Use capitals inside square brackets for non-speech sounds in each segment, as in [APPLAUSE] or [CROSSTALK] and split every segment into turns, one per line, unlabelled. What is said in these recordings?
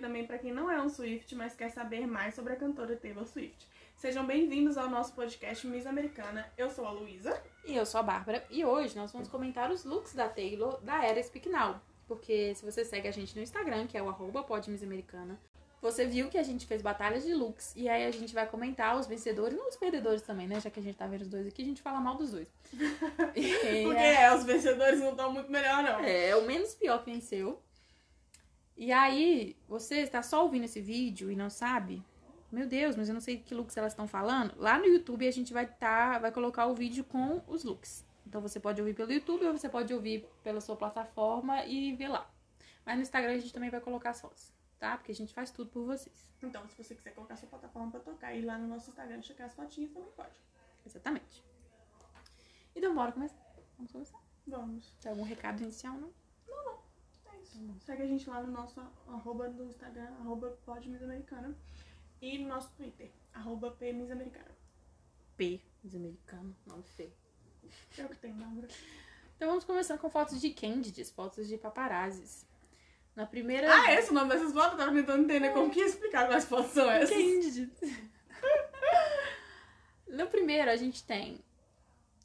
também para quem não é um Swift, mas quer saber mais sobre a cantora Taylor Swift. Sejam bem-vindos ao nosso podcast Miss Americana. Eu sou a Luísa.
E eu sou a Bárbara. E hoje nós vamos comentar os looks da Taylor da era Speak Now. Porque se você segue a gente no Instagram, que é o arroba podmissamericana, você viu que a gente fez batalhas de looks. E aí a gente vai comentar os vencedores, não os perdedores também, né? Já que a gente tá vendo os dois aqui, a gente fala mal dos dois. E aí,
Porque é, os vencedores não estão muito melhor, não.
é, o menos pior que venceu. E aí, você está só ouvindo esse vídeo e não sabe? Meu Deus, mas eu não sei que looks elas estão falando. Lá no YouTube a gente vai tá, vai colocar o vídeo com os looks. Então você pode ouvir pelo YouTube ou você pode ouvir pela sua plataforma e ver lá. Mas no Instagram a gente também vai colocar as fotos, tá? Porque a gente faz tudo por vocês.
Então, se você quiser colocar sua plataforma pra tocar e ir lá no nosso Instagram checar as fotinhas, também pode.
Exatamente. Então bora começar. Vamos começar.
Vamos.
Tem algum recado inicial, não?
É isso. Segue a gente lá no nosso arroba do Instagram, arroba podmissamericana. E no nosso Twitter, arroba pmissamericana.
P, os americanos, não feio.
É o que tem, Bárbara.
Então vamos começar com fotos de candidates, fotos de paparazzis. Na primeira.
Ah, esse é o nome dessas fotos? Eu tava tentando entender como que ia explicar quais fotos são
[LAUGHS]
essas.
Candidates. Na primeira a gente tem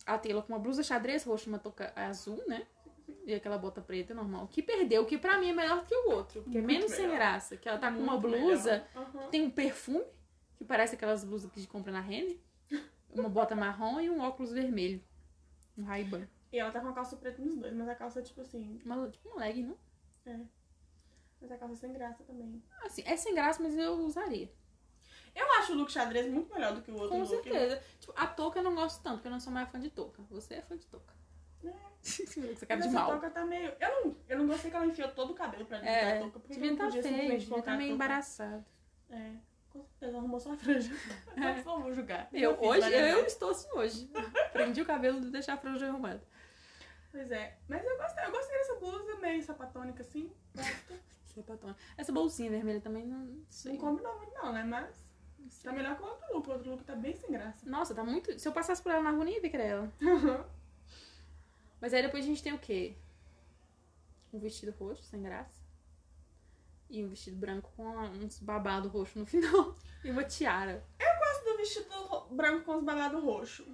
a Taylor com uma blusa xadrez roxa, uma touca azul, né? E aquela bota preta normal, que perdeu, que pra mim é melhor que o outro, que é
Muito
menos sem
melhor.
graça. Que ela tá com uma
Muito
blusa,
melhor. Aham.
tem um perfume, que parece aquelas blusas que a gente compra na Renner, uma bota marrom e um óculos vermelho. Um Ray-Ban.
E ela tá com a calça preta nos dois, mas a calça, tipo assim,
Uma- Tipo um legging, não?
é. Mas a calça é sem graça também.
Assim, é sem graça, mas eu usaria.
Eu acho o look xadrez muito melhor do que o outro
Com
look.
certeza. Tipo, a touca eu não gosto tanto, porque eu não sou mais fã de touca. Você é fã de touca. [LAUGHS]
É.
Essa cara
Mas
de
essa
mal.
touca tá meio... Eu não, eu não gostei que ela enfiou todo o cabelo pra dentro
É,
da touca. Porque
devia
não
estar
podia
feio,
simplesmente
devia
colocar
estar
a
meio
touca.
embaraçado.
É, com certeza arrumou sua
[LAUGHS]
franja. Não vamos julgar.
É. Eu,
Já fiz né?
hoje,
várias
eu,
vezes.
estou assim hoje. Prendi o cabelo de deixar a franja arrumada.
Pois é. Mas eu gostei, eu gostei dessa blusa meio sapatônica assim. Gosto.
Sapatona. Essa bolsinha vermelha também não sei.
Não combinou muito não, né? Mas
Não sei.
tá melhor que o outro look. O outro look tá bem sem graça.
Nossa, tá muito. Se eu passasse por ela na rua, nem ia ver que era ela.
[LAUGHS]
Mas aí depois a gente tem o quê? Um vestido roxo, sem graça. E um vestido branco com uns babado roxo no final. [LAUGHS] E uma tiara.
gosto do vestido ro- branco com os balados roxo.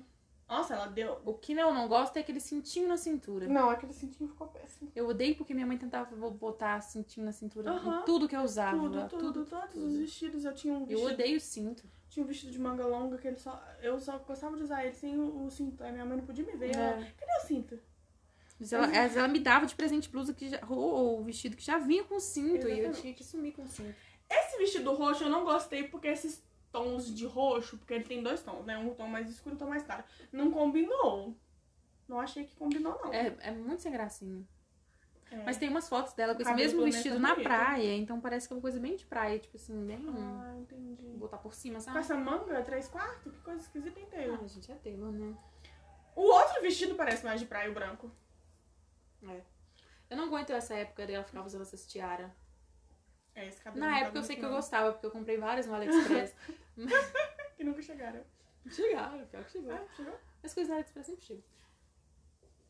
Nossa, ela deu.
O que eu não gosto é aquele cintinho na cintura.
Não, aquele cintinho ficou péssimo.
Eu odeio porque minha mãe tentava bo- botar cintinho na cintura
Aham.
em tudo que eu usava.
Tudo, tudo, todos os
Tá, tudo.
vestidos. Eu tinha um
Eu
vestido.
odeio cinto.
Tinha um vestido de manga longa que ele só. Eu só gostava de usar ele sem o, o cinto. Aí minha mãe não podia me ver. Ela,
É.
Cadê o cinto?
Mas ela,
Mas-
mas ela me dava de presente blusa que já, ou ou vestido que já vinha com cinto. E eu
Exatamente.
tinha que sumir com cinto.
Esse vestido roxo eu não gostei porque esses tons de roxo, porque ele tem dois tons, né? Um tom mais escuro e um tom mais claro. Não combinou. Não achei que combinou, não.
É, é muito sem gracinha.
É.
Mas tem umas fotos dela com esse
Cabelo
mesmo
do Neto
vestido
é
na
bonito.
praia. Então parece que é uma coisa bem de praia. Tipo assim, bem.
Ah, entendi.
Botar por cima,
Com
sabe?
essa manga, 3 quartos? Que coisa esquisita, hein, Taylor?
Ah, gente, é Taylor, né?
O outro vestido parece mais de praia, o branco.
Eu não aguento essa época dela ficar usando essas tiaras.
É, esse cabelo. não
Na
tá
época eu
muito
sei que eu
não.
gostava, porque eu comprei várias no AliExpress.
Que nunca chegaram.
Chegaram, pior que chegou.
Ah, chegou?
As coisas na AliExpress sempre chegam.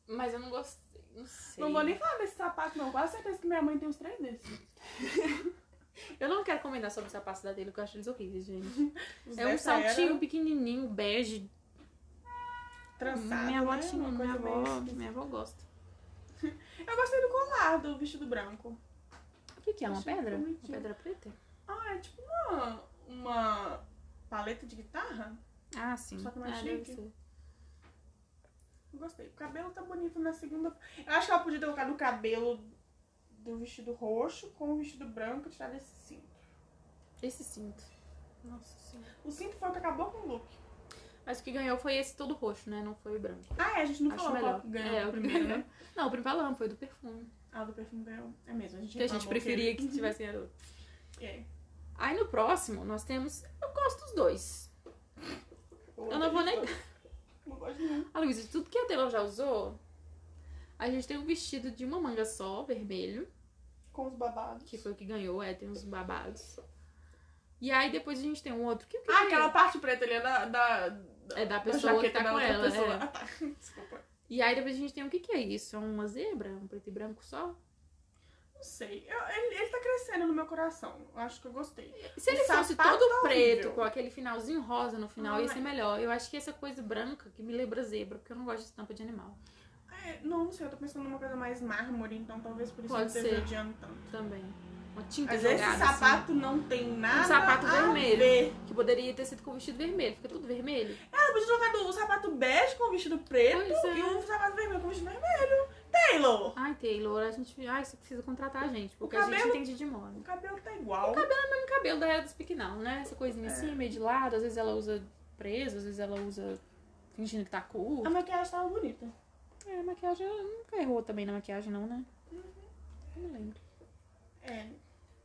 Mas eu não gostei. Não sei.
Não vou nem falar desse sapato, não. Quase certeza que minha mãe tem uns três desses.
Eu não quero comentar sobre os sapatos da dele, porque eu acho eles horríveis, gente.
Os
É um
dessa era
saltinho pequenininho, bege.
trançado,
minha avó
né?
tinha,
Uma
minha
coisa meio
avó,
esquisita.
minha avó gosta.
Eu gostei do colar do vestido branco.
O que, que é? Uma
Achei
pedra? Uma
bonitinho.
pedra preta?
Ah, é tipo uma, uma paleta de guitarra.
Ah, sim.
Só que mais
ah, deve
chique.
ser.
Eu Gostei. O cabelo tá bonito na segunda. Eu acho que ela podia ter colocado o cabelo do vestido roxo com o vestido branco e tirar esse cinto.
Esse cinto. Nossa senhora.
O cinto foi o que acabou com o look.
Mas o que ganhou foi esse todo roxo, né? Não foi o branco.
Ah, é, a gente não
Acho
falou
melhor.
qual que ganhou
É, o
o primeiro,
primeiro.
né?
Não, o primeiro não, foi do perfume.
Ah, do perfume ganhou. É mesmo, a gente
Que a gente
reclamou
preferia que tivesse garoto.
ele- É.
Aí no próximo, nós temos. Eu gosto dos dois. Eu não vou negar.
Não gosto de nenhum.
A Ah, Luísa, de tudo que a Taylor já usou, a gente tem um vestido de uma manga só, vermelho,
Com os babados.
que foi o que ganhou, é, tem uns babados. E aí depois a gente tem um outro. Que, o que
Ah,
é?
aquela parte preta ali é da. da,
É da pessoa que
jaqueta
tá
da
com
outra
ela,
pessoa.
é.
Ah, tá. [LAUGHS] Desculpa.
E aí depois a gente tem o que, que é isso? É uma zebra? Um preto e branco só?
Não sei. Eu- ele, ele tá crescendo no meu coração. Eu acho que eu gostei.
Se ele
O
fosse
sapato
todo
é
preto,
horrível. é.
com aquele finalzinho rosa no final,
Ai.
ia ser melhor. Eu acho que essa coisa branca que me lembra zebra, porque eu não gosto de estampa de animal
É, não, não sei, eu tô pensando numa coisa mais mármore, então talvez por isso
Pode
eu esteja
ser.
odiando tanto.
também. Uma tinta
Mas esse
jogada, assim,
sapato não tem nada.
sapato
a
vermelho.
ver.
que poderia ter sido com vestido vermelho, fica tudo vermelho.
Ela podia jogar do, um sapato bege com vestido preto
Pois é.
e um sapato vermelho com vestido vermelho. Taylor!
Ai, Taylor, a gente. Ai, você precisa contratar a gente, porque a gente
cabelo-
entende de moda.
O cabelo tá igual.
O cabelo da Era dos Piquinal, né? Essa coisinha assim, meio de lado, às vezes ela usa preso, às vezes ela usa fingindo que tá curto.
A maquiagem tava bonita.
É, a maquiagem ela nunca errou também na maquiagem, não, né? Eu Não lembro.
É.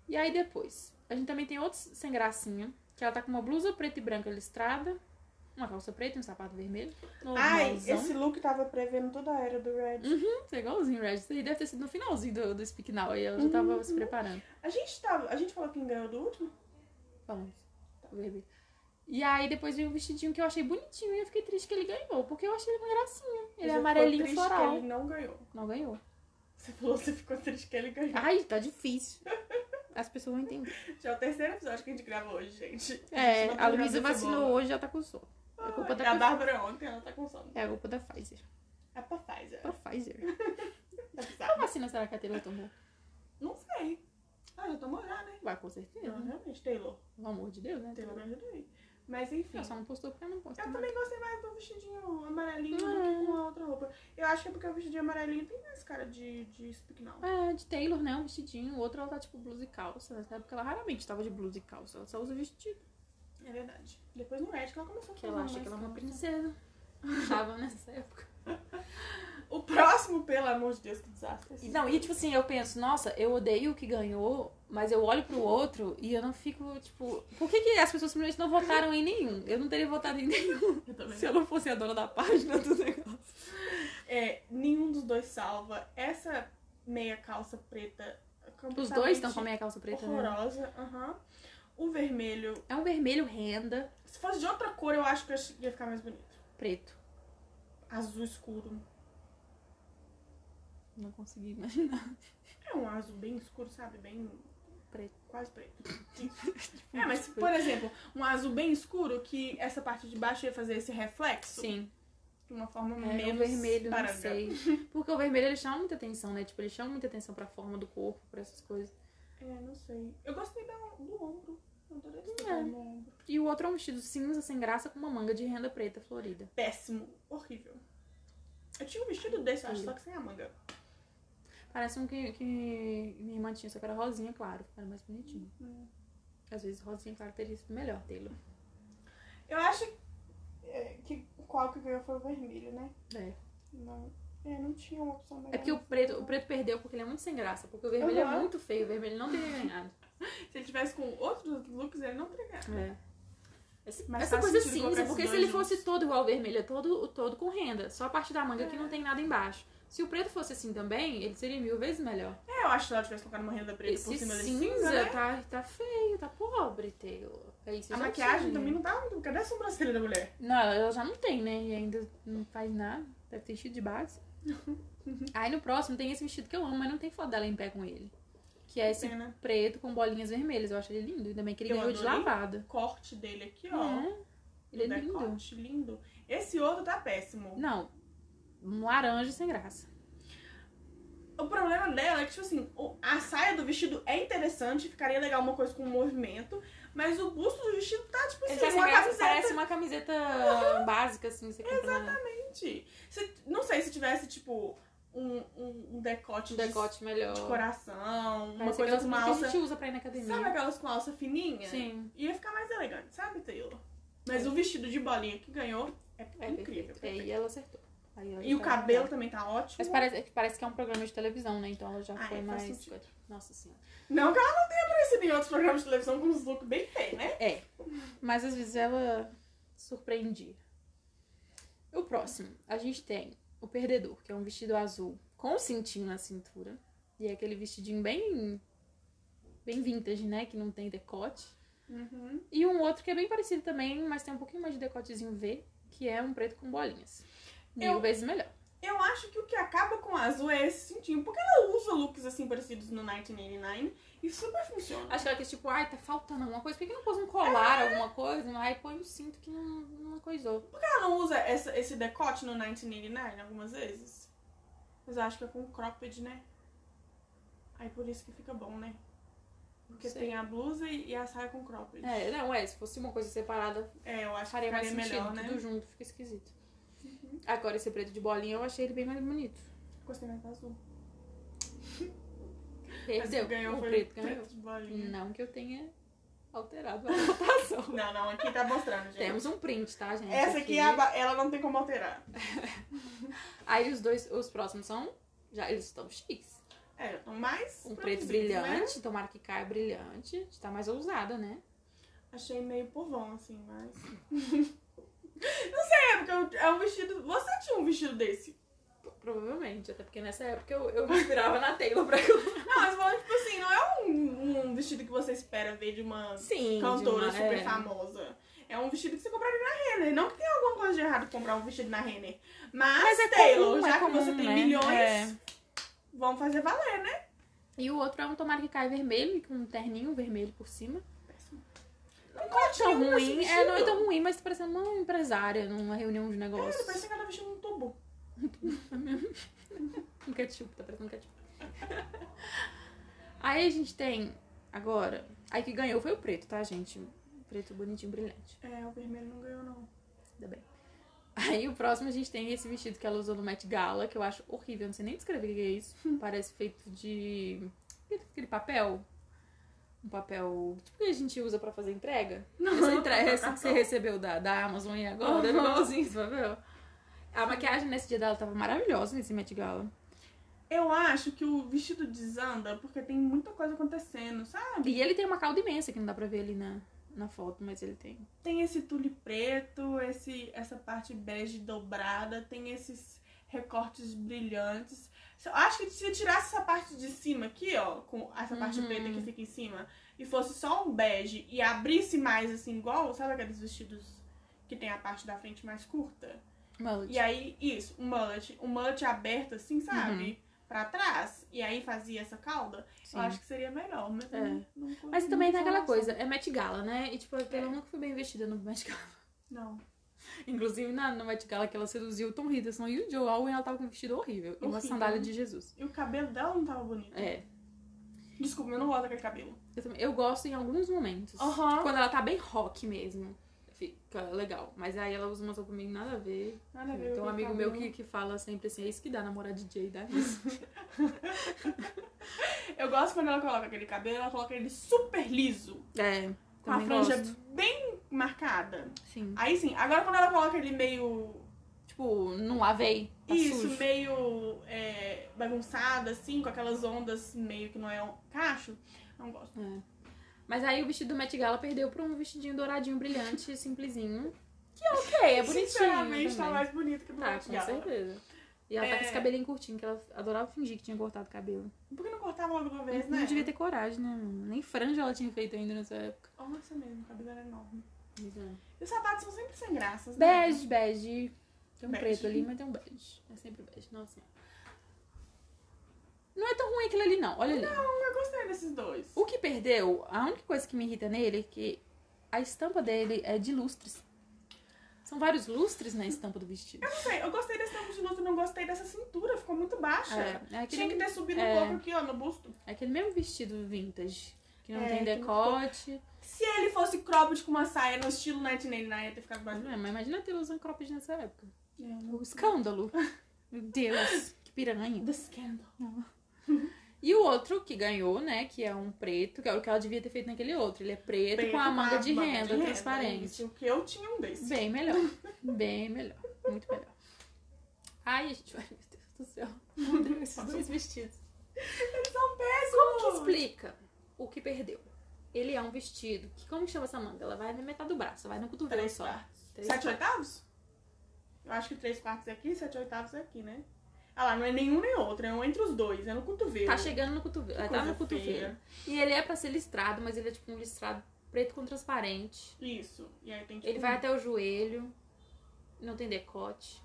E aí depois, a gente também tem outros sem gracinha, que ela tá com uma blusa preta e branca listrada, uma calça preta e um sapato vermelho.
Ai,
Normalzão.
esse look tava prevendo toda a era do Red.
Isso é igualzinho, Red. Isso aí deve ter sido no finalzinho do, do Speak Now, aí ela já tava se preparando.
A gente tava. A gente falou quem ganhou do último?
Vamos. Tá, vermelho. E aí depois veio um vestidinho que eu achei bonitinho e eu fiquei triste que ele ganhou, porque eu achei ele uma gracinha. Ele
Você
é
ficou
amarelinho
triste
floral.
que ele não ganhou.
Não ganhou.
Você falou, você ficou triste que ele ganhou.
Ai, tá difícil. As pessoas vão entender.
Já é o terceiro episódio que a gente gravou hoje, gente.
É,
gente tá
a Luísa
jogando
vacinou hoje, já tá com sono.
cebola.
É culpa
E a
da
Bárbara ontem, ela tá com sono.
É a culpa da Pfizer.
É pra Pfizer.
Pra Pfizer.
Tá
Qual
bizarro.
vacina será que [LAUGHS] a Taylor tomou?
Não sei. Ah, já tomou já, né?
Vai, com certeza.
Não, realmente, Taylor.
Pelo amor de Deus, né?
Taylor me
Uhum. Taylor? é
ajudou aí. Mas enfim.
Ela só um não postou porque ela não né? postou.
Eu também gostei mais do vestidinho amarelinho
É.
do que com a outra roupa. Eu acho que é porque o vestidinho amarelinho tem mais cara de, de speak now.
É, de Taylor, né? Um vestidinho. O outro ela tá tipo blusa e calça. Nessa época ela raramente tava de blusa e calça. Ela só usa vestido.
É verdade. Depois no Red que ela começou a
Que ela
fazer
acha que ela é uma
mais
princesa. [LAUGHS] Achava nessa época.
calça. O próximo, pelo amor de Deus, que desastre.
E Não, e tipo assim, eu penso, nossa, eu odeio o que ganhou, mas eu olho pro outro e eu não fico, tipo, por que, que as pessoas simplesmente não votaram em nenhum? Eu não teria votado em nenhum
Eu também.
se eu não fosse a dona da página do negócio.
É, nenhum dos dois salva. Essa meia calça preta.
Os dois estão com
completamente
a minha calça preta, né?
Horrorosa. Aham. O vermelho.
É um vermelho renda,
Se fosse de outra cor, eu acho que eu ia ficar mais bonito.
preto.
Azul escuro.
Não consegui imaginar.
É um azul bem escuro, sabe? Bem.
Preto.
Quase
[LAUGHS]
preto. é, mas, por exemplo, um azul bem escuro que essa parte de baixo ia fazer esse reflexo
Sim,
de uma forma
é,
menos
o vermelho, não
baranga.
sei. Porque o vermelho ele chama muita atenção, né? Tipo, ele chama muita atenção pra forma do corpo, pra essas coisas.
É, não sei. Eu gostei da- um do ombro. Eu adorei esse
É.
detalhe no ombro.
E o outro é um vestido cinza, sem graça, com uma manga de renda preta florida.
Péssimo. Horrível. Eu tinha um vestido desse, eu acho,
Horrível.
só que sem a manga.
Parece um que, que minha irmã tinha, só que era rosinha, claro. Era mais bonitinho.
Hum.
Às vezes rosinha, claro, teria sido melhor, Taylor.
Eu acho é, que qual que ganhou foi o vermelho, né?
É.
Não. É, não tinha uma opção melhor.
É porque o preto, o preto perdeu porque ele é muito sem graça. Porque o vermelho é
Aham.
muito feio, o vermelho não teria ganhado.
Se ele tivesse com outros looks, ele não teria ganhado.
É. Esse-
Mas
essa
faz
coisa
sentido colocar
cinza,
esses
porque se
dois
ele fosse todo igual ao vermelho, é todo, o todo com renda. Só a parte da manga
É.
que não tem nada embaixo. Se o preto fosse assim também, ele seria mil vezes melhor.
É, eu acho que ela tivesse colocado uma renda preta por
Esse
cima desse
cinza,
cinza, né?
tá, tá feio, tá pobre, Taylor. É isso,
A
já
maquiagem
tinha. É,
também não tá muito. Cadê a sobrancelha da mulher?
Não, ela ela já não tem, né? E ainda não faz nada. Deve ter enchido de [LAUGHS] base. Aí no próximo tem esse vestido que eu amo, mas não tem foto dela em pé com ele. Que é esse
Pena.
preto com bolinhas vermelhas. Eu acho ele lindo. Ainda bem que ele
Eu
ganhou de
adorei.
lavada.
O corte dele aqui, ó.
É. Ele é
do
lindo.
decote, lindo. Esse outro tá péssimo.
Não, um laranja sem graça.
O problema dela é que, tipo assim, o- a saia do vestido é interessante, ficaria legal uma coisa com um movimento, mas o busto do vestido tá, tipo
Ele
assim,
tá sem
uma
graça,
camiseta.
parece uma camiseta [LAUGHS] básica, assim. Você Exatamente.
Gente, se- não sei se tivesse, tipo, um, um, um decote,
Um
de-
decote melhor.
de, coração, uma
Parece
coisa
aquelas
com uma
blusas que a
alça.
gente usa pra ir na academia.
Sabe aquelas com alça fininha?
Sim,
Ia ficar mais elegante, sabe, Taylor? Mas o vestido de bolinha que ganhou é,
é
incrível.
perfeito. É, e ela acertou. Aí ela
E
já
o
tá
cabelo também tá ótimo.
Mas parece, é que parece que é um programa de televisão, né? Então ela já
Ah,
foi
é, faz
mais.
sentido.
Nossa senhora.
Não que ela não tenha aparecido em outros programas de televisão com uns looks bem feios, né?
É. Mas às vezes ela surpreendia. O próximo, a gente tem o perdedor, que é um vestido azul com um cintinho na cintura. E é aquele vestidinho bem. bem vintage, né? Que não tem decote.
Uhum.
E um outro que é bem parecido também, mas tem um pouquinho mais de decotezinho V, que é um preto com bolinhas. Mil
Eu-
vezes melhor.
Eu acho que o que acaba com o azul é esse cintinho. Porque ela usa looks assim parecidos no 1989 e super funciona.
Acho que ela quis, tipo, ai, tá faltando alguma coisa. Por que não pôs um colar, alguma coisa? Aí põe um cinto que não, não coisou.
Ela não usa essa- esse decote no 1989 algumas vezes? Mas eu acho que é com cropped, né? Aí por isso que fica bom, né? Porque
Sei.
tem a blusa e, e a saia com cropped.
É, não, é, se fosse uma coisa separada,
É, eu acho
faria
que
mais
ficaria
sentido.
melhor,
tudo
né?
junto, fica esquisito. Agora, esse preto de bolinha, eu achei ele bem mais bonito.
Gostei mais do azul. Mas
Perdeu,
que ganhou
é o
foi
preto ganhou.
de bolinha.
Não que eu tenha [LAUGHS] alterado a votação.
[LAUGHS] Não, não, aqui tá mostrando, gente.
Hum. Temos um print, tá, gente?
Essa aqui, é a ba- ela não tem como alterar.
Aí os dois, os próximos são. Já, eles estão chiques.
É, mais.
Um
pra
preto
mim, né?
brilhante, tomara que caia brilhante. A gente tá mais ousada, né?
Achei meio povão, assim, mas. [LAUGHS] não sei, é porque eu- é um vestido. Você tinha um vestido desse?
Provavelmente, até porque nessa época eu, eu me inspirava na Taylor pra comprar.
Não, mas falando, tipo assim, não é um, um vestido que você espera ver de uma
Sim,
cantora
de uma-
super
é.
famosa. É um vestido que você compraria na Renner. Não que tenha alguma coisa de errado comprar um vestido na Renner. Mas,
Mas é
Taylor,
comum,
já
é
que você
comum,
tem
né?
milhões,
É.
vamos fazer valer, né?
E o outro é um tomara que caia vermelho, com um terninho vermelho por cima.
Não corte
Tão
nenhum nesse
ruim, é, não é
vestido.
tão ruim, mas parecendo uma empresária numa reunião de
Cara,
negócios.
parece que ela tá vestindo um tubo.
Um ketchup, tá parecendo um ketchup. [LAUGHS] Aí a gente tem agora. Aí que ganhou foi o preto, tá, gente? O Preto bonitinho, brilhante.
É, o vermelho não ganhou,
[LAUGHS]
não.
Ainda bem. Aí o próximo a gente tem esse vestido que ela usou no Met Gala, que eu acho horrível, não sei nem descrever o que é [LAUGHS] isso. Parece feito de. aquele papel. Um papel. Tipo que a gente usa pra fazer entrega. Essa entrega essa que você recebeu da, da Amazon aí agora, né? era
Aham.
igualzinho esse papel. A maquiagem nesse dia dela tava maravilhosa nesse Met Gala.
Eu acho que o vestido desanda porque tem muita coisa acontecendo, sabe?
E ele tem uma cauda imensa que não dá pra ver ali na, na foto, mas ele tem.
Tem esse tule preto, esse, essa parte bege dobrada, tem esses recortes brilhantes. Eu acho que se tirasse essa parte de cima aqui, ó, com essa parte
Uhum.
preta que fica em cima, e fosse só um bege e abrisse mais assim, igual, sabe aqueles vestidos que tem a parte da frente mais curta?
Mullet.
E aí, isso, um mullet. Um mullet aberto assim, sabe? Pra trás. E aí fazia essa cauda.
Sim.
Eu acho que seria melhor, mas
É.
não, não curti
Mas
muito
também tem aquela
essa
coisa, é Met Gala, né? E tipo, ela
É.
nunca foi bem vestida no Met Gala. [LAUGHS]
noção. Não.
Inclusive na, no Met Gala que ela seduziu o Tom Hiddleston e o Joe Alwyn, ela tava com um vestido horrível. E uma
Horrível.
sandália de Jesus.
E o cabelo dela não tava bonito.
É.
Desculpa, eu não gosto daquele cabelo.
Eu, também- eu gosto em alguns momentos.
Aham.
Quando ela tá bem rock mesmo. Fica legal. Mas aí ela usa umas roupas meio nada a ver.
Nada a ver
Tem
com
um
aquele
amigo meu que,
cabelo.
que fala sempre assim, é isso que dá namorar DJ, dá isso.
Eu gosto quando ela coloca aquele cabelo, ela coloca ele super liso.
É.
Com a
também
franja
gosto.
bem marcada.
Sim.
Aí sim, agora quando ela coloca ele meio.
Tipo, não lavei. Tá
isso,
sujo.
meio é, bagunçada, assim, com aquelas ondas meio que não é um cacho, não gosto.
É. Mas aí o vestido do Met Gala perdeu pra um vestidinho douradinho, brilhante, [LAUGHS] simplesinho. Que ok, é bonitinho.
Sinceramente, tá
também.
mais bonito que o do
Tá,
Met
com
Gala.
certeza. E ela tá com esse
É.
cabelinho curtinho, que ela adorava fingir que tinha cortado o cabelo.
Por que não cortava logo de uma vez,
não
né?
devia ter coragem, né? Nem franja ela tinha feito ainda nessa época.
Nossa mesmo, o cabelo era enorme.
Mas, é.
E os sapatos são sempre sem graças, né?
Bege, bege. Tem um
Bege.
preto ali, mas tem um bege. É sempre bege, nossa senhora. Não é tão ruim aquilo ali, não. Olha ali.
Não, eu gostei desses dois.
O que perdeu, a única coisa que me irrita nele é que a estampa dele é de lustres. São vários lustres na estampa do vestido.
Não sei, eu gostei desse tampo de luto, não gostei dessa cintura, ficou muito baixa.
É, é
Tinha que
aquele,
ter subido um
é.
pouco aqui, ó, no busto.
é aquele mesmo vestido vintage, que não
É, que
tem
não
decote.
Se ele fosse cropped com uma saia no estilo 1989, ia ter ficado mais
Não é,
bonito.
mas imagina ter usando cropped nessa época.
É, não-
O
[LAUGHS]
escândalo. Meu Deus, que piranha.
The Scandal.
E o outro que ganhou, né, que é um preto, que é o que ela devia ter feito naquele outro. Ele é preto, com a manga de renda, transparente.
Isso, que eu tinha um desses.
Bem melhor. Bem melhor. Muito melhor. Ai, a gente vai. Meu Deus do céu. Meu Deus, esses dois vestidos.
Eles são péssimos.
Como que explica o que perdeu? Ele é um vestido que, como que chama essa manga? Ela vai na metade do braço, vai no cotovelo
Três
só.
quartos.
Três
Sete oitavos? Eu acho que três quartos é aqui, sete oitavos é aqui, né? Ah lá, não é nenhum nem outro, é um entre os dois, é no cotovelo.
Tá chegando no cotovelo. Ela tá
Coisa
no cotovelo.
feia.
E ele é pra ser listrado, mas ele é tipo um listrado preto com transparente.
Isso. E aí tem tipo
Ele vai até o joelho. Não tem decote.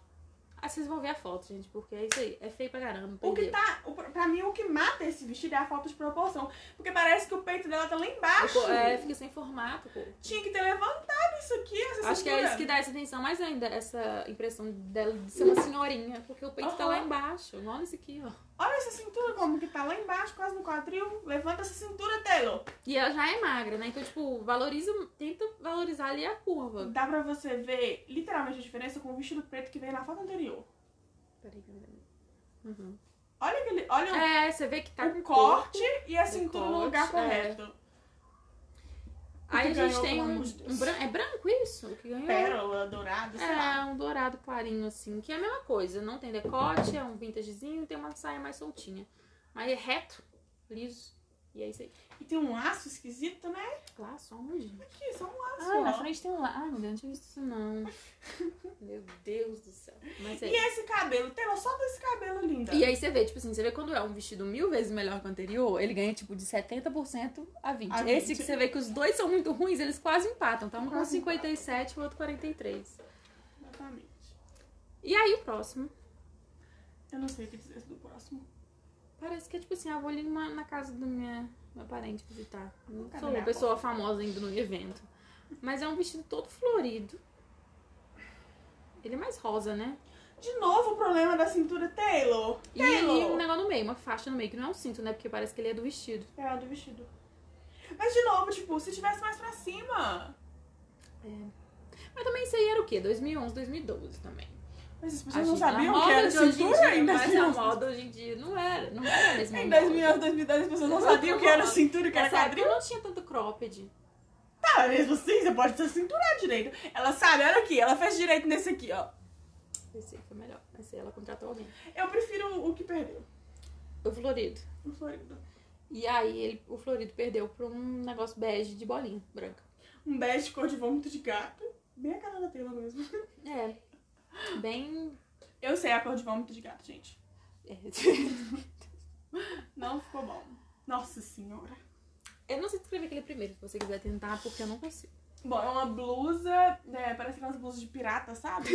Ah, vocês vão ver a foto, gente, porque é isso aí. É feio pra caramba.
O que
perdeu.
tá. o- Pra mim, o que mata esse vestido é a falta de proporção. Porque parece que o peito dela tá lá embaixo.
O co- É, fica sem formato, pô.
Tinha que ter levantado isso aqui, essa
Acho que é
cintura.
isso que dá essa atenção mais ainda, essa impressão dela de ser uma senhorinha, porque o peito tá lá
Aham.
embaixo. Olha isso aqui, ó.
Olha essa cintura como que tá lá embaixo, quase no quadril. Levanta essa cintura, Taylor.
E ela já é magra, né? Então, tipo, valoriza, tenta valorizar ali a curva.
Dá pra você ver literalmente a diferença com o vestido preto que veio na foto anterior.
Peraí, peraí, peraí. Uhum.
Olha aquele. Olha o-
É, você vê que tá
o
com
Um corte e a
o
cintura no
corte,
lugar
é.
correto.
Aí a
que
gente
ganhou,
tem
pelo
um,
amor de Deus.
um bran- É branco isso? O que ganhou?
Pérola, dourado, sei lá.
É, um dourado clarinho, assim, que é a mesma coisa. Não tem decote, é um vintagezinho, tem uma saia mais soltinha. Mas é reto, liso. E é isso aí.
E tem um laço esquisito, né?
Laço, onde?
Aqui, só um laço.
Ah, na
ó.
frente tem um laço. Ah, meu Deus, não tinha visto isso, não. [LAUGHS] Meu Deus do céu. Mas é.
E esse cabelo? Taylor, solta esse cabelo, linda.
E aí você vê, tipo assim, você vê quando é um vestido mil vezes melhor que o anterior, ele ganha, tipo, de 70% a 20%.
A
Esse
20.
que você vê que os dois são muito ruins, eles quase empatam. Tá um com
Quase
57 e o outro 43.
Exatamente.
E aí o próximo.
Eu não sei o que dizer do próximo.
Parece que é tipo assim, ah, vou ali numa- na casa do minha, meu parente visitar. Não
Casa
sou
da
uma
minha
pessoa famosa ainda no evento. Mas é um vestido todo florido. Ele é mais rosa, né?
De novo o problema da cintura Taylor.
E, e
Taylor.
um negócio no meio, uma faixa no meio, que não é um cinto, né? Porque parece que ele é do vestido.
É a do vestido. Mas de novo, tipo, se tivesse mais pra cima.
Mas também isso aí era o quê? 2011, 2012 também.
Mas as
A
pessoas não
gente- a
sabiam o
moda
que era
de hoje em
cintura
dia,
[LAUGHS] ainda.
Mas é né?
assim,
a
não-
moda hoje em dia não era, não era a mesma
Em
moda.
2011, 2010, as pessoas não
Eu
sabiam o que era
tô-
cintura e o que era
Nessa época
quadril.
não tinha tanto cropped.
Tá, mas mesmo assim, você pode se cinturar direito. Ela sabe, olha aqui, ela fez direito nesse aqui, ó.
Esse aí foi melhor. Esse aí ela contratou alguém.
Eu prefiro o que perdeu.
O florido.
O Florido.
E aí ele, o Florido perdeu pra um negócio bege de bolinha branca.
Um bege cor de vômito de gato. Bem a cara da Taylor mesmo.
É. Bem.
Eu sei a cor de vômito de gato, gente.
[LAUGHS] é.
Não ficou bom. Nossa senhora.
Eu não sei descrever aquele primeiro, se você quiser tentar, porque eu não consigo.
Bom, é uma blusa, né, parece aquelas blusas de pirata, [LAUGHS] sabe?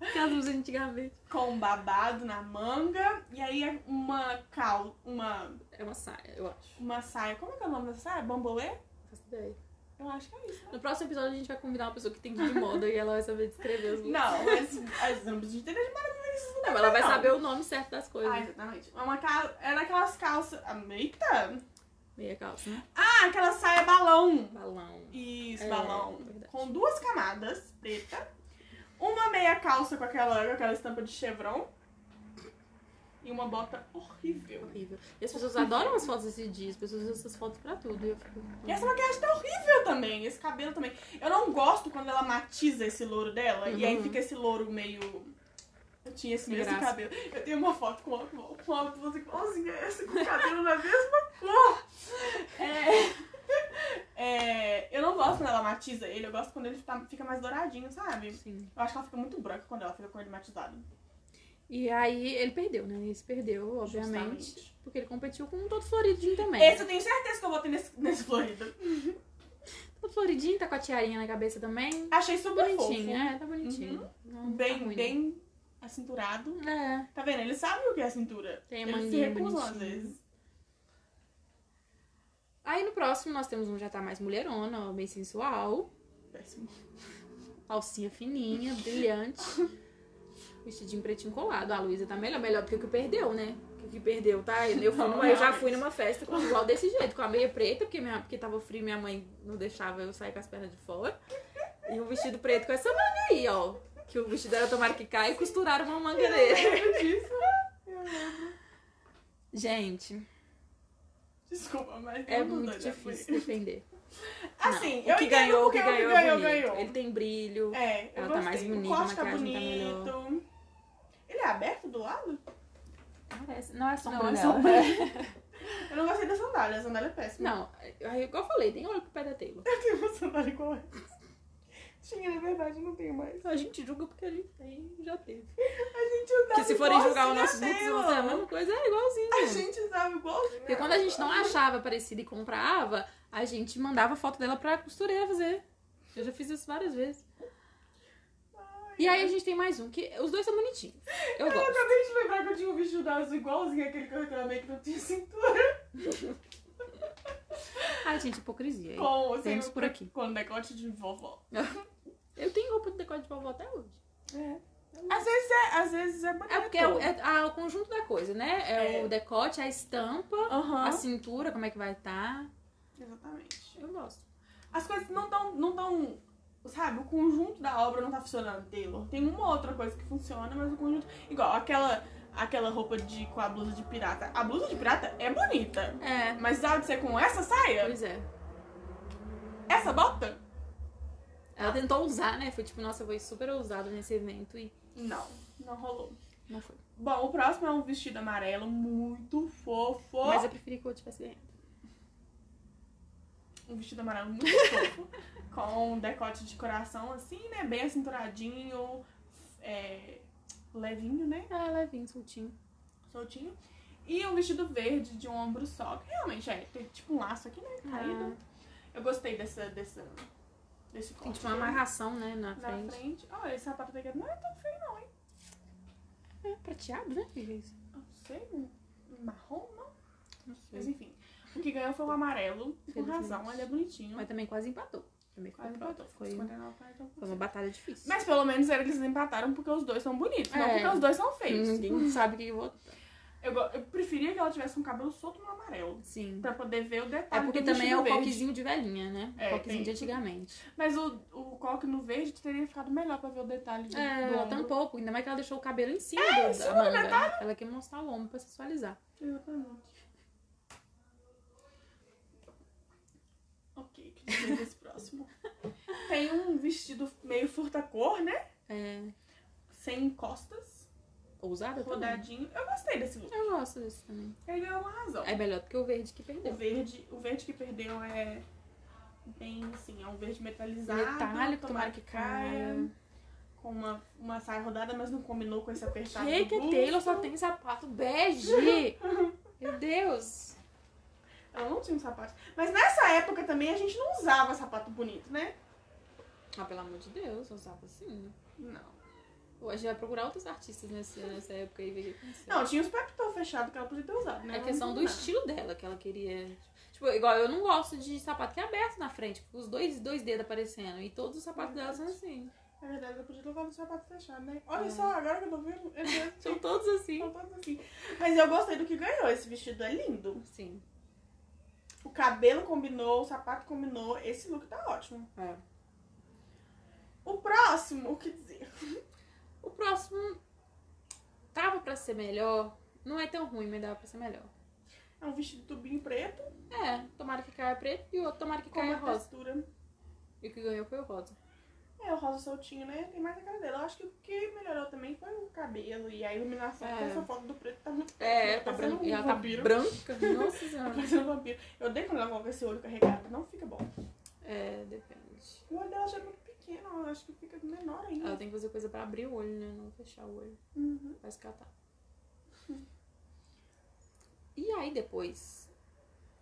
Aquelas luzes antigamente.
Com um babado na manga. E aí é uma cal... Uma,
É uma saia, eu acho.
uma saia... Como é que é o nome dessa saia? Bambolê?
Não faço ideia.
Eu acho que é isso, né?
No próximo episódio a gente vai convidar uma pessoa que tem de moda e ela vai saber descrever os
[LAUGHS]
looks.
Não, mas as lâmpadas de internet
Não, mas ela vai saber o nome certo das coisas.
Ah, exatamente. É uma cal... Era aquelas calças... Ah, Eita!
Meia calça, né?
Ah, aquela saia balão.
Balão.
Isso,
É,
balão.
verdade.
Com duas camadas, preta. Uma meia calça com aquela, com aquela estampa de chevron. E uma bota horrível.
Horrível. E as pessoas adoram as fotos desse dia, as pessoas usam essas fotos pra tudo. E eu fico.
E essa maquiagem tá horrível também. Esse cabelo também. Eu não gosto quando ela matiza esse louro dela. E aí
Uhum.
fica esse louro meio... Eu tinha esse
Sem
mesmo
graça.
cabelo. Eu tenho uma foto com uma, com uma blusa igualzinha a essa, com o cabelo na mesma cor.
[LAUGHS]
É, é, eu não gosto quando ela matiza ele. Eu gosto quando ele tá- fica mais douradinho, sabe?
Sim.
Eu acho que ela fica muito branca quando ela fica com ele matizado.
E aí ele perdeu, né? Esse perdeu, obviamente.
Justamente.
Porque ele competiu com um todo floridinho também.
Esse eu tenho certeza que eu botei nesse, nesse florido.
Todo floridinho, tá com a tiarinha na cabeça também.
Achei super
Bonitinho,
fofo.
né? Tá bonitinho. Não, não tá
Uhum. Bem,
ruim,
bem acinturado.
não. É.
Tá vendo? Ele sabe o que é a cintura.
Tem a
Ele se
manguinha
recusam às
bonitinha.
vezes.
Aí no próximo nós temos um já tá mais mulherona, ó, bem sensual.
Péssimo. [LAUGHS]
Alcinha fininha, brilhante. Vestidinho pretinho colado. A Luísa tá melhor, melhor do que o que perdeu, né? O que perdeu, tá? Eu, eu fui
Não,
numa- eu já
realmente.
fui numa festa com igual desse jeito, com a meia preta, porque, minha, porque tava frio e minha mãe não deixava eu sair com as pernas de fora. E um vestido preto com essa manga aí, ó. Que o vestido era tomara que cai e costuraram uma
É.
manga dele. Gente,
Desculpa, mas
é
eu não
muito
dou, né?
difícil defender.
[LAUGHS] Assim,
Não,
eu
o que
entendo
ganhou, o que
porque o
ganhou,
que ganhou,
é bonito.
ganhou.
Ele tem brilho.
É, eu
Ela tá
gostei.
mais bonita,
o
a
corte tá
maquiagem tá
bonito. ele é aberto do lado?
Parece- Não é sombra,
Não, é
não. [LAUGHS]
sombra.
Eu não gostei da sandália, a sandália é péssima.
Não, aí, igual eu falei, tem olho pro pé da Taylor.
[LAUGHS] Eu tenho uma sandália igual a essa. Tinha, na verdade, não tenho mais.
A gente julga porque a gente tem, já teve.
A gente usava
Porque se forem julgar
igualzinho
os nossos
a
looks,
Taylor.
vão ser a mesma coisa, é igualzinho.
A gente usava igualzinho.
Porque quando a gente não é achava parecida e comprava, a gente mandava foto dela pra costureira fazer. Eu já fiz isso várias vezes.
Ai,
E aí a gente tem mais um, que os dois são bonitinhos. Eu
Eu
gosto.
acabei de lembrar que eu tinha um vestido da azul igualzinho aquele que eu reclamei que não tinha cintura.
Ai, gente, hipocrisia. hein?
Com o
Temos por aqui.
Com decote de vovó.
Eu tenho roupa de decote de vovó até hoje.
É. Às vezes é, às vezes é bonito.
É porque é, o- é- ah, o conjunto da coisa, né? É,
É.
o decote, a estampa,
Aham.
a cintura, como é que vai estar.
Exatamente.
Eu gosto.
As coisas não tão, não tão, sabe, o conjunto da obra não tá funcionando, Taylor. Tem uma outra coisa que funciona, mas o conjunto, igual aquela aquela roupa de com a blusa de pirata. A blusa de pirata é bonita,
É,
mas sabe ser com essa saia?
pois é.
Essa bota?
Ela tentou usar, né? Foi tipo, nossa, eu fui super ousada nesse evento e
Não, não rolou.
não foi.
Bom, o próximo é um vestido amarelo muito fofo.
Mas eu preferi que eu tivesse ganhado.
um vestido amarelo [LAUGHS] muito fofo, com um decote de coração assim, né? Bem acinturadinho, é, levinho, né?
Ah, levinho, soltinho.
Soltinho. E um vestido verde de um ombro só. que Realmente, é, tem tipo um laço aqui,
É,
né? Caído. Eu gostei dessa, dessa, desse
Tem
corte.
tipo uma amarração, né,
na
na, frente.
frente. Olha, esse sapato daqui não é tão feio não, hein?
É, prateado, né? Que que é isso?
Não sei, um marrom, não.
Não
Mas
sei.
enfim, o que ganhou foi o amarelo. Com
Felizmente.
razão, ele é bonitinho.
Mas também quase empatou. Também
Quase
quase
empatou.
empatou. Foi,
59, 49.
foi uma batalha difícil.
Mas pelo menos eles empataram porque os dois são bonitos, não
É. Uhum.
porque os dois são feios.
Ninguém sabe o que que eu vou.
Tá, Eu, go- eu preferia que ela tivesse um cabelo solto no amarelo.
Sim.
Pra poder ver o
É
detalhe.
porque
tá do
também é
vestido
o
verde.
coquezinho de velhinha, né?
É,
o coquezinho
tem isso.
de antigamente.
Mas o, o coque no verde teria ficado melhor pra ver o detalhe do,
É,
do
ela
ombro.
tampou, ainda mais que ela deixou o cabelo em cima
É,
do-
em cima tá?
da
do
manga. Ela quer mostrar o ombro pra sensualizar.
Exatamente. [LAUGHS] Ok, que dizer desse próximo. [LAUGHS] Tem um vestido meio furta-cor, né?
É,
Sem costas,
ousada também.
rodadinho. Eu gostei desse look.
Eu gosto desse também.
Ele ganhou uma razão.
É melhor do que o verde que
O
perdeu.
verde, o verde que perdeu é bem assim, é um verde metalizado.
Metálico, tomara que caia.
Com uma, uma saia rodada, mas não combinou com esse apertado.
Que
do
que é a
busto.
Taylor só tem sapato bege? Meu Deus.
Ela não tinha um sapato. Mas nessa época também a gente não usava sapato bonito, né?
Ah, pelo amor de Deus, usava assim.
Não.
Pô, A gente vai procurar outros artistas nesse- nessa época e ver o que aconteceu.
Não, tinha os paletó fechados que ela podia ter usado, né?
É
Ela
questão
não
do
usava.
estilo dela, que ela queria. Tipo, igual eu não gosto de sapato que é aberto na frente, com os dois, dois dedos aparecendo. E todos os sapatos dela são assim.
Na verdade, ela podia ter usado um sapato fechado, né? Olha
É.
só, agora que eu tô vendo, eu tô-
São todos assim.
são todos assim. Mas eu gostei do que ganhou. Esse vestido é lindo.
Sim.
O cabelo combinou, o sapato combinou. Esse look tá ótimo.
É.
O próximo, o que dizer?
O próximo tava pra ser melhor. Não é tão ruim, mas dava pra ser melhor.
É um vestido de tubinho preto
É, tomara que caia preto e o outro tomara é que
com
caia
uma
rosa.
textura.
E o que ganhou foi o rosa.
É, o rosa soltinho, né? Tem mais a cara dela. Eu acho que o que melhorou também foi o cabelo e a iluminação.
É.
Porque essa foto do preto tá muito
É,
tá
tá
parecendo
branca.
um
E ela tá
vampiro. [LAUGHS]
branca. Nossa senhora.
parecendo um vampiro. Eu odeio quando ela coloca esse olho carregado, não fica bom.
É, depende.
O olho dela já é muito pequeno, eu acho que fica menor ainda.
Ela tem que fazer coisa pra abrir o olho, né? Não fechar o olho.
Uhum.
Vai se catar. E aí depois,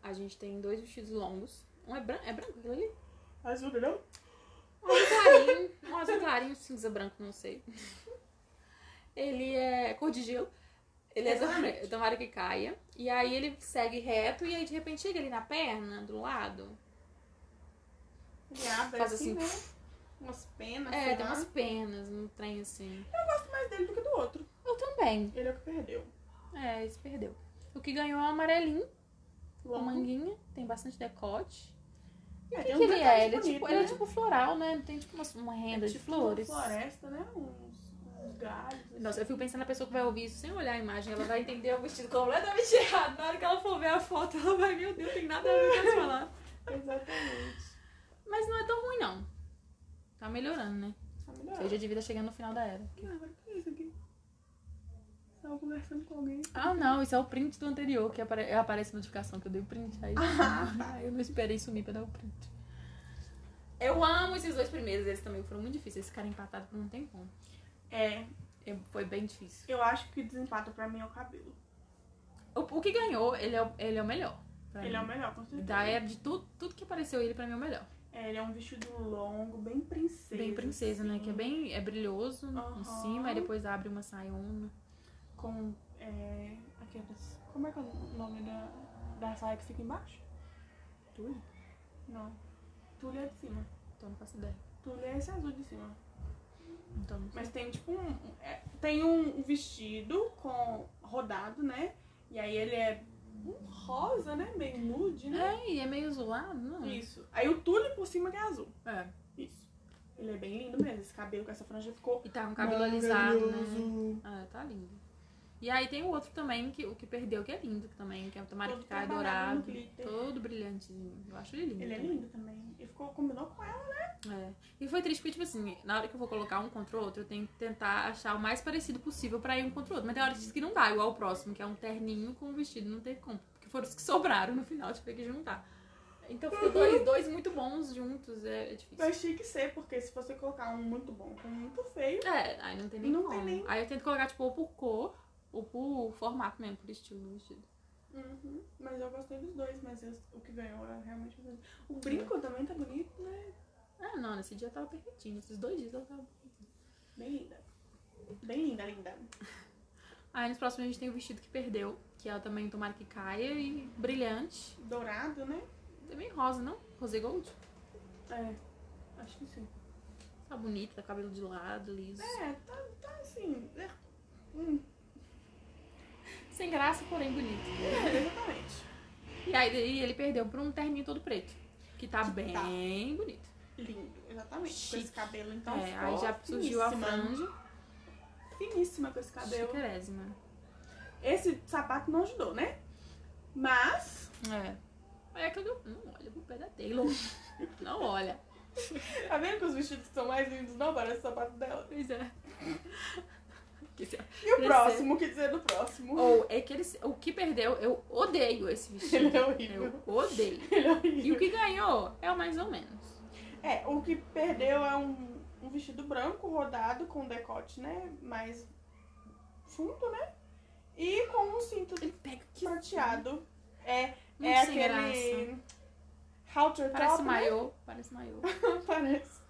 a gente tem dois vestidos longos. Um é, bran é branco aquilo ali?
Azul, não?
Um azul
[LAUGHS]
clarinho, um azul clarinho, cinza branco, não sei. Ele é cor de gelo. Ele é
Exatamente.
do tomara que caia. E aí ele segue reto e aí de repente chega ali na perna, do lado.
Ele abre
Faz
assim,
assim,
né? Umas penas.
É,
sei
tem
lá.
umas penas, um trem assim.
mais dele do que do outro.
Eu também.
Ele é o que perdeu.
É, esse perdeu. O que ganhou é um amarelinho, com
Longo.
manguinha, tem bastante decote.
É,
O que,
tem uns
que ele é?
detalhes
Ele é, tipo,
bonitos,
ele é
né?
tipo floral, né? Tem tipo uma, uma renda
É
de
tipo
flores.
Uma floresta, né? Uns, uns galhos. assim.
Nossa, eu fico pensando na pessoa que vai ouvir isso sem olhar a imagem, ela vai entender o vestido completamente [LAUGHS] errado. Na hora que ela for ver a foto, ela vai, meu Deus, tem nada a ver com o que eu falar.
Exatamente.
Mas não é tão ruim, não. Tá melhorando, né?
Tá
Eu já
melhor.
devia estar chegando no final da era.
Ah, mas o que é isso aqui? Tava conversando com alguém.
Ah, não, isso é o print do anterior, que apare- aparece notificação que eu dei o print. [LAUGHS] Aí
Ah.
eu não esperei sumir pra dar o print. Eu amo esses dois primeiros, eles também foram muito difíceis. Esse cara empatado por um tempão.
É,
Eu- Foi bem difícil.
eu acho que o desempate pra mim é o cabelo.
O, o que ganhou, ele é o, ele é o melhor. pra
Ele é o
mim. Tá,
melhor, com certeza.
Da era de tudo, tudo que apareceu ele, pra mim é o melhor.
É, ele é um vestido longo, bem princesa.
Bem princesa, né? Que é bem é brilhoso
Aham.
em cima, e depois abre uma um, saiona.
Com é, aqueles. Como é que é o nome da, da saia que fica embaixo?
Tudo?
Não. Tulha é de cima.
Então não faço ideia.
Tulha é esse azul de cima.
Então não sei.
Mas tem tipo um. é, tem um vestido com rodado, né? E aí ele é um rosa, né? Meio nude, né?
É, e é meio zoado, não?
Isso. Aí o tule por cima que é azul.
É.
Isso. Ele é bem lindo mesmo. Esse cabelo com essa franja ficou.
E tá com o cabelo alisado, né?
maravilhoso.
Ah, tá lindo. E aí tem o outro também, que, o que perdeu, que é lindo também, que é o tomara
Todo
que cai
trabalhado no
dourado.
glitter.
Todo brilhantezinho. Eu acho ele lindo.
Ele é
também.
lindo também. E ficou, combinou com ela.
É. E foi triste porque, tipo assim, na hora que eu vou colocar um contra o outro, eu tenho que tentar achar o mais parecido possível pra ir um contra o outro. Mas tem hora que diz que não dá, igual o próximo, que é um terninho com um vestido, não teve como. Porque foram os que sobraram no final, tive que juntar. Então ficou dois, dois muito bons juntos, é, é difícil.
Uhum. Mas tinha que ser, porque se você colocar um muito bom com um muito feio,
É, aí não tem nem
Não
como.
tem nem-
Aí eu tento colocar, tipo, ou por cor, ou por formato mesmo, por estilo do vestido.
Uhum, Mas eu gostei dos dois, mas eu- o que ganhou é realmente o brinco. O brinco também tá bonito, né?
Ah, não, nesse dia eu tava perfeitinho. Esses dois dias eu tava.
Bem linda. Bem linda, linda.
Aí nos próximos a gente tem o vestido que perdeu, que é também o tomara que caia, e brilhante.
Dourado, né?
Também rosa, não? Rosé Gold.
É. Acho que sim.
Tá bonito, tá com cabelo de lado, liso.
É, tá, tá assim. É, hum,
É, Sem graça, porém bonito.
é, exatamente.
E aí daí ele perdeu pra um terninho todo preto. Que tá bem
tá.
bonito.
Lindo, exatamente.
Chique.
Com esse cabelo, então.
é,
ficou
aí já surgiu a
finíssima.
franja.
Finíssima com esse cabelo.
Chiquerésima.
Esse sapato não ajudou, né? Mas.
É. Aí aquilo. Não olha pro pé da [LAUGHS] Taylor. não olha.
Tá vendo que os vestidos que são mais lindos não parecem o sapato dela?
Pois é. Que se-
E o
Esse-
próximo, o que dizer do próximo?
Ou é que ele, se- o que perdeu, eu odeio esse
[LAUGHS]
vestido.
Ele é horrível.
Eu odeio.
Ele é horrível.
E o que ganhou é o mais ou menos.
É, o que perdeu é um, um vestido branco rodado com decote, né? Mais fundo, né? E com um cinto
Ele pega que
prateado. É,
Muito
é
sem graça.
aquele. Halter
Parece
top, né?
maiô. Parece maiô.
Parece.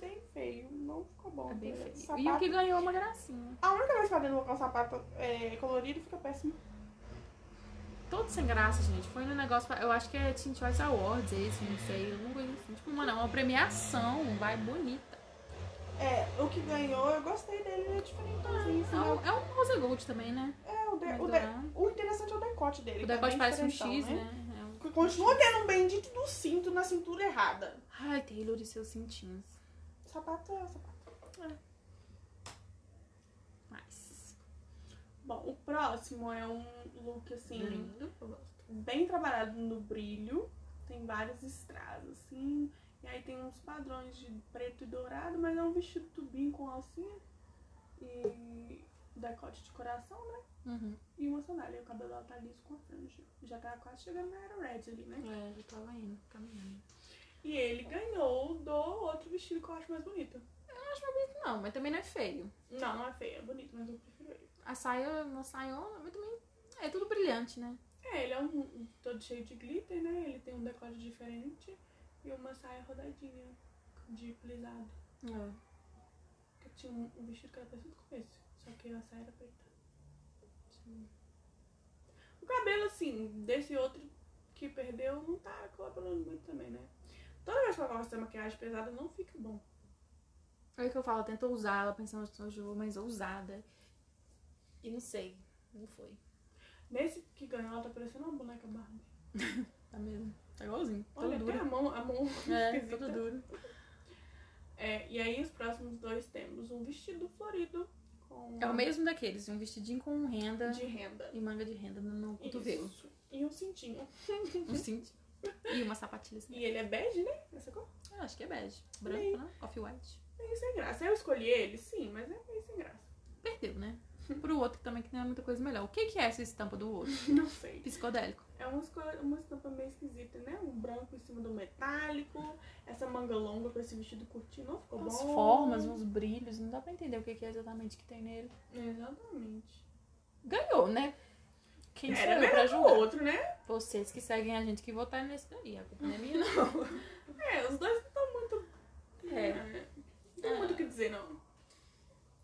Bem feio, não ficou bom.
É bem
né?
feio.
Sapato-
E o que ganhou é uma gracinha.
A única vez que ela tentou colocar um sapato é, colorido fica péssimo.
Todo sem graça, gente. Foi no negócio. Eu acho que é Teen Choice Awards, é isso, não sei. Alguma coisa assim. Tipo, mano, é uma premiação. Vai bonita.
É, o que ganhou, eu gostei dele, ele é diferente. assim,
É um, é um rosa gold também, né?
é, o, de-
Mais
o, de-
dourado.
o interessante é o decote dele.
O
que é
decote
bem
parece um X,
diferentão,
né? É um-
Continua tendo um bendito do cinto na cintura errada.
Ai, Taylor e seus cintinhos.
Sapato é sapato.
Mas.
Bom, o próximo é um look assim,
Lindo. Eu gosto.
bem trabalhado no brilho. Tem vários strass, assim. E aí tem uns padrões de preto e dourado, mas é um vestido tubinho com alcinha e decote de coração, né?
Uhum.
E uma sandália. O cabelo dela tá liso com a franja. Já tá quase chegando na era red ali, né?
É, eu tava indo, caminhando.
E ele ganhou do outro vestido que eu acho mais bonito.
Não, mas também não é feio.
Não, não é feio, é bonito, mas eu prefiro ele.
A saia, uma saiona, mas também. É tudo brilhante, né?
É, ele é um, um todo cheio de glitter, né? Ele tem um decote diferente e uma saia rodadinha de plisado.
É.
Que tinha um, um vestido que era parecido com esse, só que a saia era preta. O cabelo, assim, desse outro que perdeu, não tá colaborando muito também, né? Toda vez que ela gosta de maquiagem pesada, não fica bom.
É o que eu falo, tenta usar, ela pensando que hoje eu vou mais ousada. E não sei, não foi.
Nesse que ganhou, ela tá parecendo uma boneca Barbie.
Tá mesmo. Tá igualzinho.
Olha,
todo
até [LAUGHS]
duro.
a mão, a mão
É,
esquisita.
todo duro.
É, e aí os próximos dois temos um vestido florido com
É o mesmo daqueles, um vestidinho com renda
de renda.
e manga de renda no, no cotovelo.
Isso. E um cintinho. [LAUGHS]
Um cinto. E uma sapatilha assim.
E ele é bege, né? Essa cor.
Eu acho que é bege. Branco,
Sim.
né? Off-white.
Meio sem graça. Eu escolhi ele, sim, mas é meio sem graça. [LAUGHS]
Perdeu, né? Pro outro também, que não é muita coisa melhor. O que, que é essa estampa do outro?
Não sei.
Psicodélico.
É uma, esco- uma estampa meio esquisita, né? Um branco em cima do metálico. Essa manga longa com esse vestido curtinho não ficou
Umas
Tá bom.
formas, uns brilhos, não dá pra entender o que, que é exatamente que tem nele.
Exatamente.
Ganhou, né? Quem
Era
saiu pra
melhor que o
julgar?
outro, né?
Vocês que seguem a gente que votaram nesse daí. A culpa não é minha, não.
É, os dois não estão muito...
É.
Não sei não.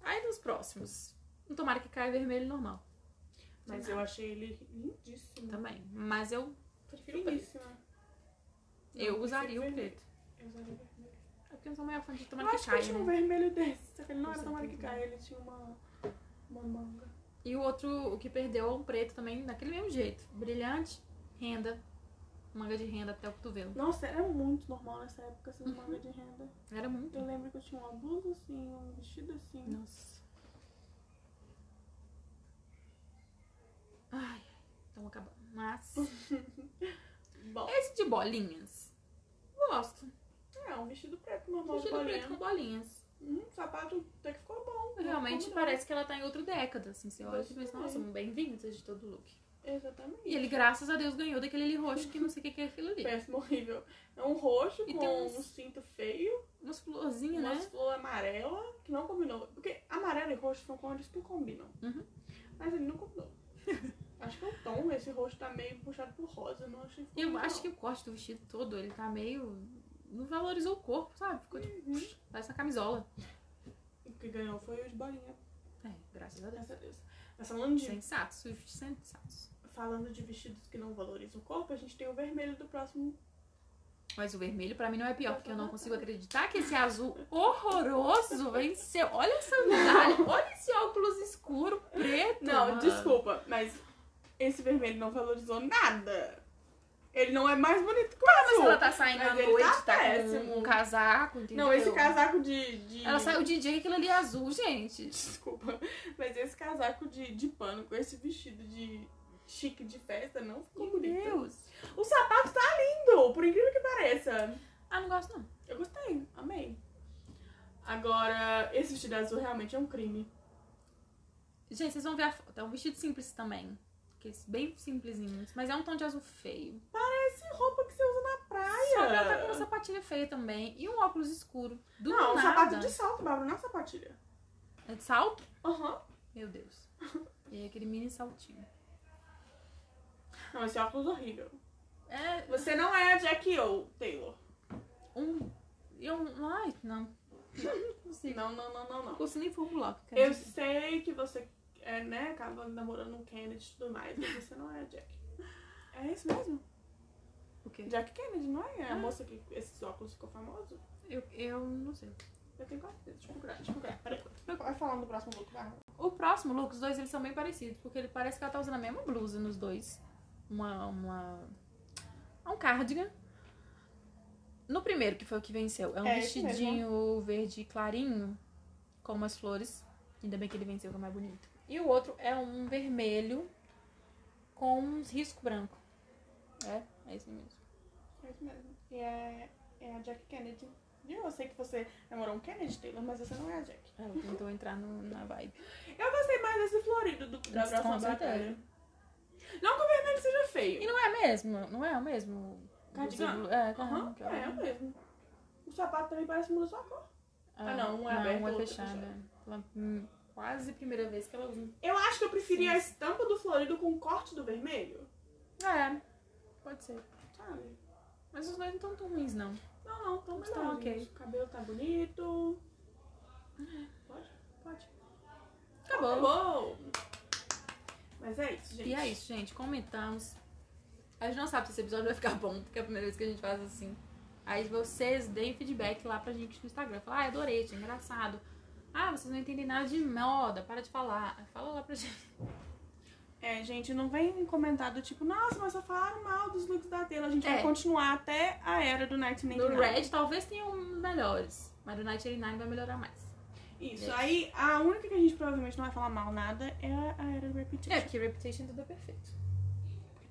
Aí nos próximos. Tomara que caia vermelho normal
Mas eu achei ele lindíssimo.
também. Mas eu prefiro o preto.
Lindíssimo. né?
Eu
Não,
usaria o
vermelho.
preto.
Eu usaria vermelho.
É porque eu não sou maior fã de
Eu
tomara que
acho que eu
caia.
tinha um
né? é
vermelho desse, só que ele não
Eu
era
sei
tomara que
também.
caia, ele tinha uma, uma manga.
E o outro, o que perdeu é um preto também, daquele mesmo jeito. Brilhante, renda. Manga de renda até o cotovelo.
Nossa, era muito normal nessa época essas mangas de renda.
Era muito.
Eu lembro que eu tinha uma blusa assim, um vestido assim.
Nossa. Ai, estamos acabando. Mas.
Bom,
Esse de bolinhas. Gosto.
é um vestido preto normal
Vestido
de
preto com
bolinha.
bolinhas.
Um sapato até que ficou bom. né?
Realmente
Ficou
parece que ela tá em outra década, assim, você olha e
Gosto
pensa,
também.
nossa, bem vindas de todo look.
bom. Exatamente.
E ele, graças a Deus, ganhou daquele ali roxo que não sei o que que é aquilo
[LAUGHS]
ali.
Péssimo, horrível. É um roxo
E
com
tem uns-
um cinto feio,
Umas florzinhas,
umas
né?
flores amarela, que não combinou. Porque amarelo e roxo são cores que combinam.
Uhum.
Mas ele não combinou. [LAUGHS] Acho que é o tom, esse roxo tá meio puxado por rosa, não achei
E eu acho que o corte do vestido todo, ele tá meio. Não valorizou o corpo, sabe? Ficou tipo,
Uhum.
parece uma camisola.
O que ganhou foi os bolinha,
É, graças a Deus.
graças a Deus. Mas falando de,
Sensato, Swift sensatos.
falando de vestidos que não valorizam o corpo, a gente tem o vermelho do próximo.
Mas o vermelho pra mim não é pior, porque eu não consigo acreditar que esse azul horroroso venceu. Olha essa medalha, olha esse óculos escuro, preto.
Não,
mano.
desculpa, mas esse vermelho não valorizou nada. Ele não é mais bonito que o
Mas
azul.
ela tá saindo
Mas
à
ele
noite,
tá
tá, com
péssimo.
um casaco, entendeu?
Não, esse casaco de. de-
Ela saiu de dia que aquilo ali é azul, gente.
Desculpa, mas esse casaco de, de pano com esse vestido de chique de festa não ficou
Meu
bonito.
Deus.
O sapato tá lindo, por incrível que pareça.
Ah, não gosto não.
Eu gostei, amei. Agora, esse vestido azul realmente é um crime.
Gente, vocês vão ver a foto. É um vestido simples também. Que é Bem simplesinho. Mas é um tom de azul feio.
Parece roupa que você usa na praia.
Só que ela tá com uma sapatilha feia também. E um óculos escuro. Do
não, um
nada.
sapato de salto, Bárbara, não é sapatilha.
É de salto?
Aham.
Meu Deus. E aí, aquele mini saltinho.
Não, esse óculos horrível.
É
Você não é a Jackie ou Taylor.
um... E um... Ai, não. Não consigo.
Não, não, não, não,
Não
não.
consigo nem formular. o que quer
Eu
dizer.
sei que você é, né, acaba namorando um Kennedy e tudo mais, mas você não é a Jackie. É isso mesmo?
O quê?
Jack Kennedy, não é? A
Ah.
moça que esses óculos ficou famoso?
Eu, eu não sei.
Eu tenho quase certeza. Deixa eu procurar, deixa eu procurar. Peraí. Vai falando do próximo look, vai.
O próximo look, os dois eles são bem parecidos, porque ele parece que ela tá usando a mesma blusa nos dois. Uma. uma... é Um cardigan. No primeiro, que foi o que venceu, é um
É, esse
vestidinho verde clarinho, com umas flores. Ainda bem que ele venceu, que é mais bonito. E o outro é um vermelho com uns risco branco. É, é esse mesmo.
É isso mesmo. E é, é a Jack Kennedy. E eu sei que você namorou um Kennedy, Taylor, mas você não é a Jack.
Ela tentou entrar no- na vibe.
Eu gostei mais desse florido do, da
Com
próxima
certeza.
batalha. Não que o vermelho seja feio.
E não é mesmo? Não é o mesmo?
Cardigan?
É,
Aham,
cardigan.
é, é mesmo. O sapato também parece mudar sua cor. Ah, não, um é aberto,
um é
outro é
fechado. Pela hum, quase primeira vez que ela usa.
Eu acho que eu preferia a estampa do florido com o corte do vermelho,
É, pode ser.
sabe?
Mas os dois não estão tão ruins, não.
Não, não, tão melhor,
Tá ok.
gente. O cabelo tá bonito. Pode? Pode.
Acabou.
Acabou. Mas é isso, gente.
Tá E é isso, gente. Comentamos. A gente não sabe se esse episódio vai ficar bom, porque é a primeira vez que a gente faz assim. Aí vocês deem feedback lá pra gente no Instagram. Fala, ah, adorei, achei engraçado. Ah, vocês não entendem nada de moda, para de falar. Fala lá pra gente.
É, gente, não vem comentar do tipo, nossa, mas só falaram mal dos looks da tela. A gente
É.
vai continuar até a era do
No
1999.
Red talvez tenham melhores, mas o Night 89 vai melhorar mais.
Isso.
É.
Aí, a única que a gente provavelmente não vai falar mal nada é a- a era do Repetition.
É, porque Reputation tudo é perfeito.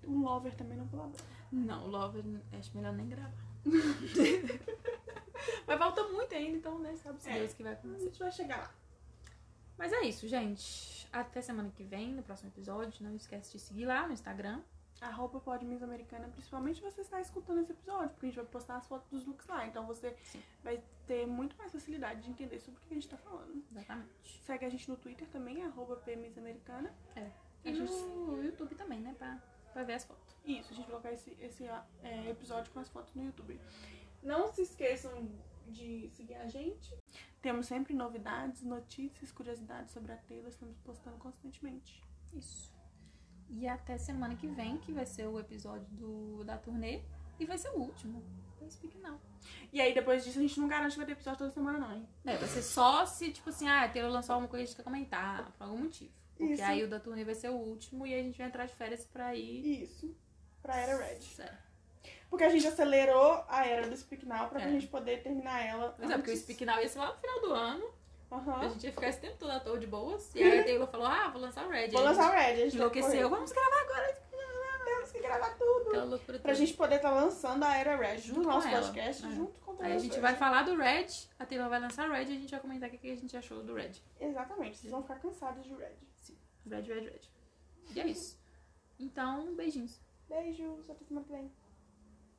O Lover também não falava.
Não, Lover, acho melhor nem gravar. [LAUGHS] Mas falta muito ainda, então, né? Sabe se
É.
Deus que vai
A
acontecer.
gente vai chegar lá.
Mas é isso, gente. Até semana que vem, no próximo episódio. Não esquece de seguir lá no Instagram.
A roupa pode Miss Americana, principalmente você está escutando esse episódio, porque a gente vai postar as fotos dos looks lá. Então você
Sim.
vai ter muito mais facilidade de entender sobre o que a gente tá falando.
Exatamente.
Segue a gente no Twitter também, arroba PMissAmericana.
É.
E
E
no...
no YouTube também, né? Pra, pra ver as fotos.
Isso, a gente vai colocar esse, esse ah, é, episódio com as fotos no YouTube. Não se esqueçam de seguir a gente. Temos sempre novidades, notícias, curiosidades sobre a Taylor, estamos postando constantemente.
Isso. E até semana que vem, que vai ser o episódio do, da turnê. E vai ser o último. Não explique não.
E aí, depois disso, a gente não garante que vai ter episódio toda semana, não, hein?
É, vai ser só se, tipo assim, ah, a Taylor lançou alguma coisa, a gente quer comentar, por algum motivo. Porque
Isso.
aí o da turnê vai ser o último e a gente vai entrar de férias pra ir.
Isso. Pra Era Red.
É.
Porque a gente acelerou a era do Speak Now pra
É.
gente poder terminar ela.
Mas é, porque o Speak Now ia ser lá no final do ano.
Aham.
A gente ia ficar esse tempo todo à toa de boas. E aí a Taylor falou, ah, vou lançar o Red.
Vou
Aí a
lançar
gente
o Red. A gente
Enlouqueceu,
tá
vamos gravar agora.
correndo. Temos que gravar tudo.
Aquela
Pra
loucura toda.
gente poder estar lançando a era Red
Junto
no
com
nosso
ela.
podcast
É.
junto com todas
Aí a
as
gente
outras.
vai falar do Red, a Taylor vai lançar o Red e a gente vai comentar o que que a gente achou do Red.
Exatamente. Vocês vão ficar cansados de Red.
Red, red, red. E é isso. Então, beijinhos.
Beijos. Até semana que vem.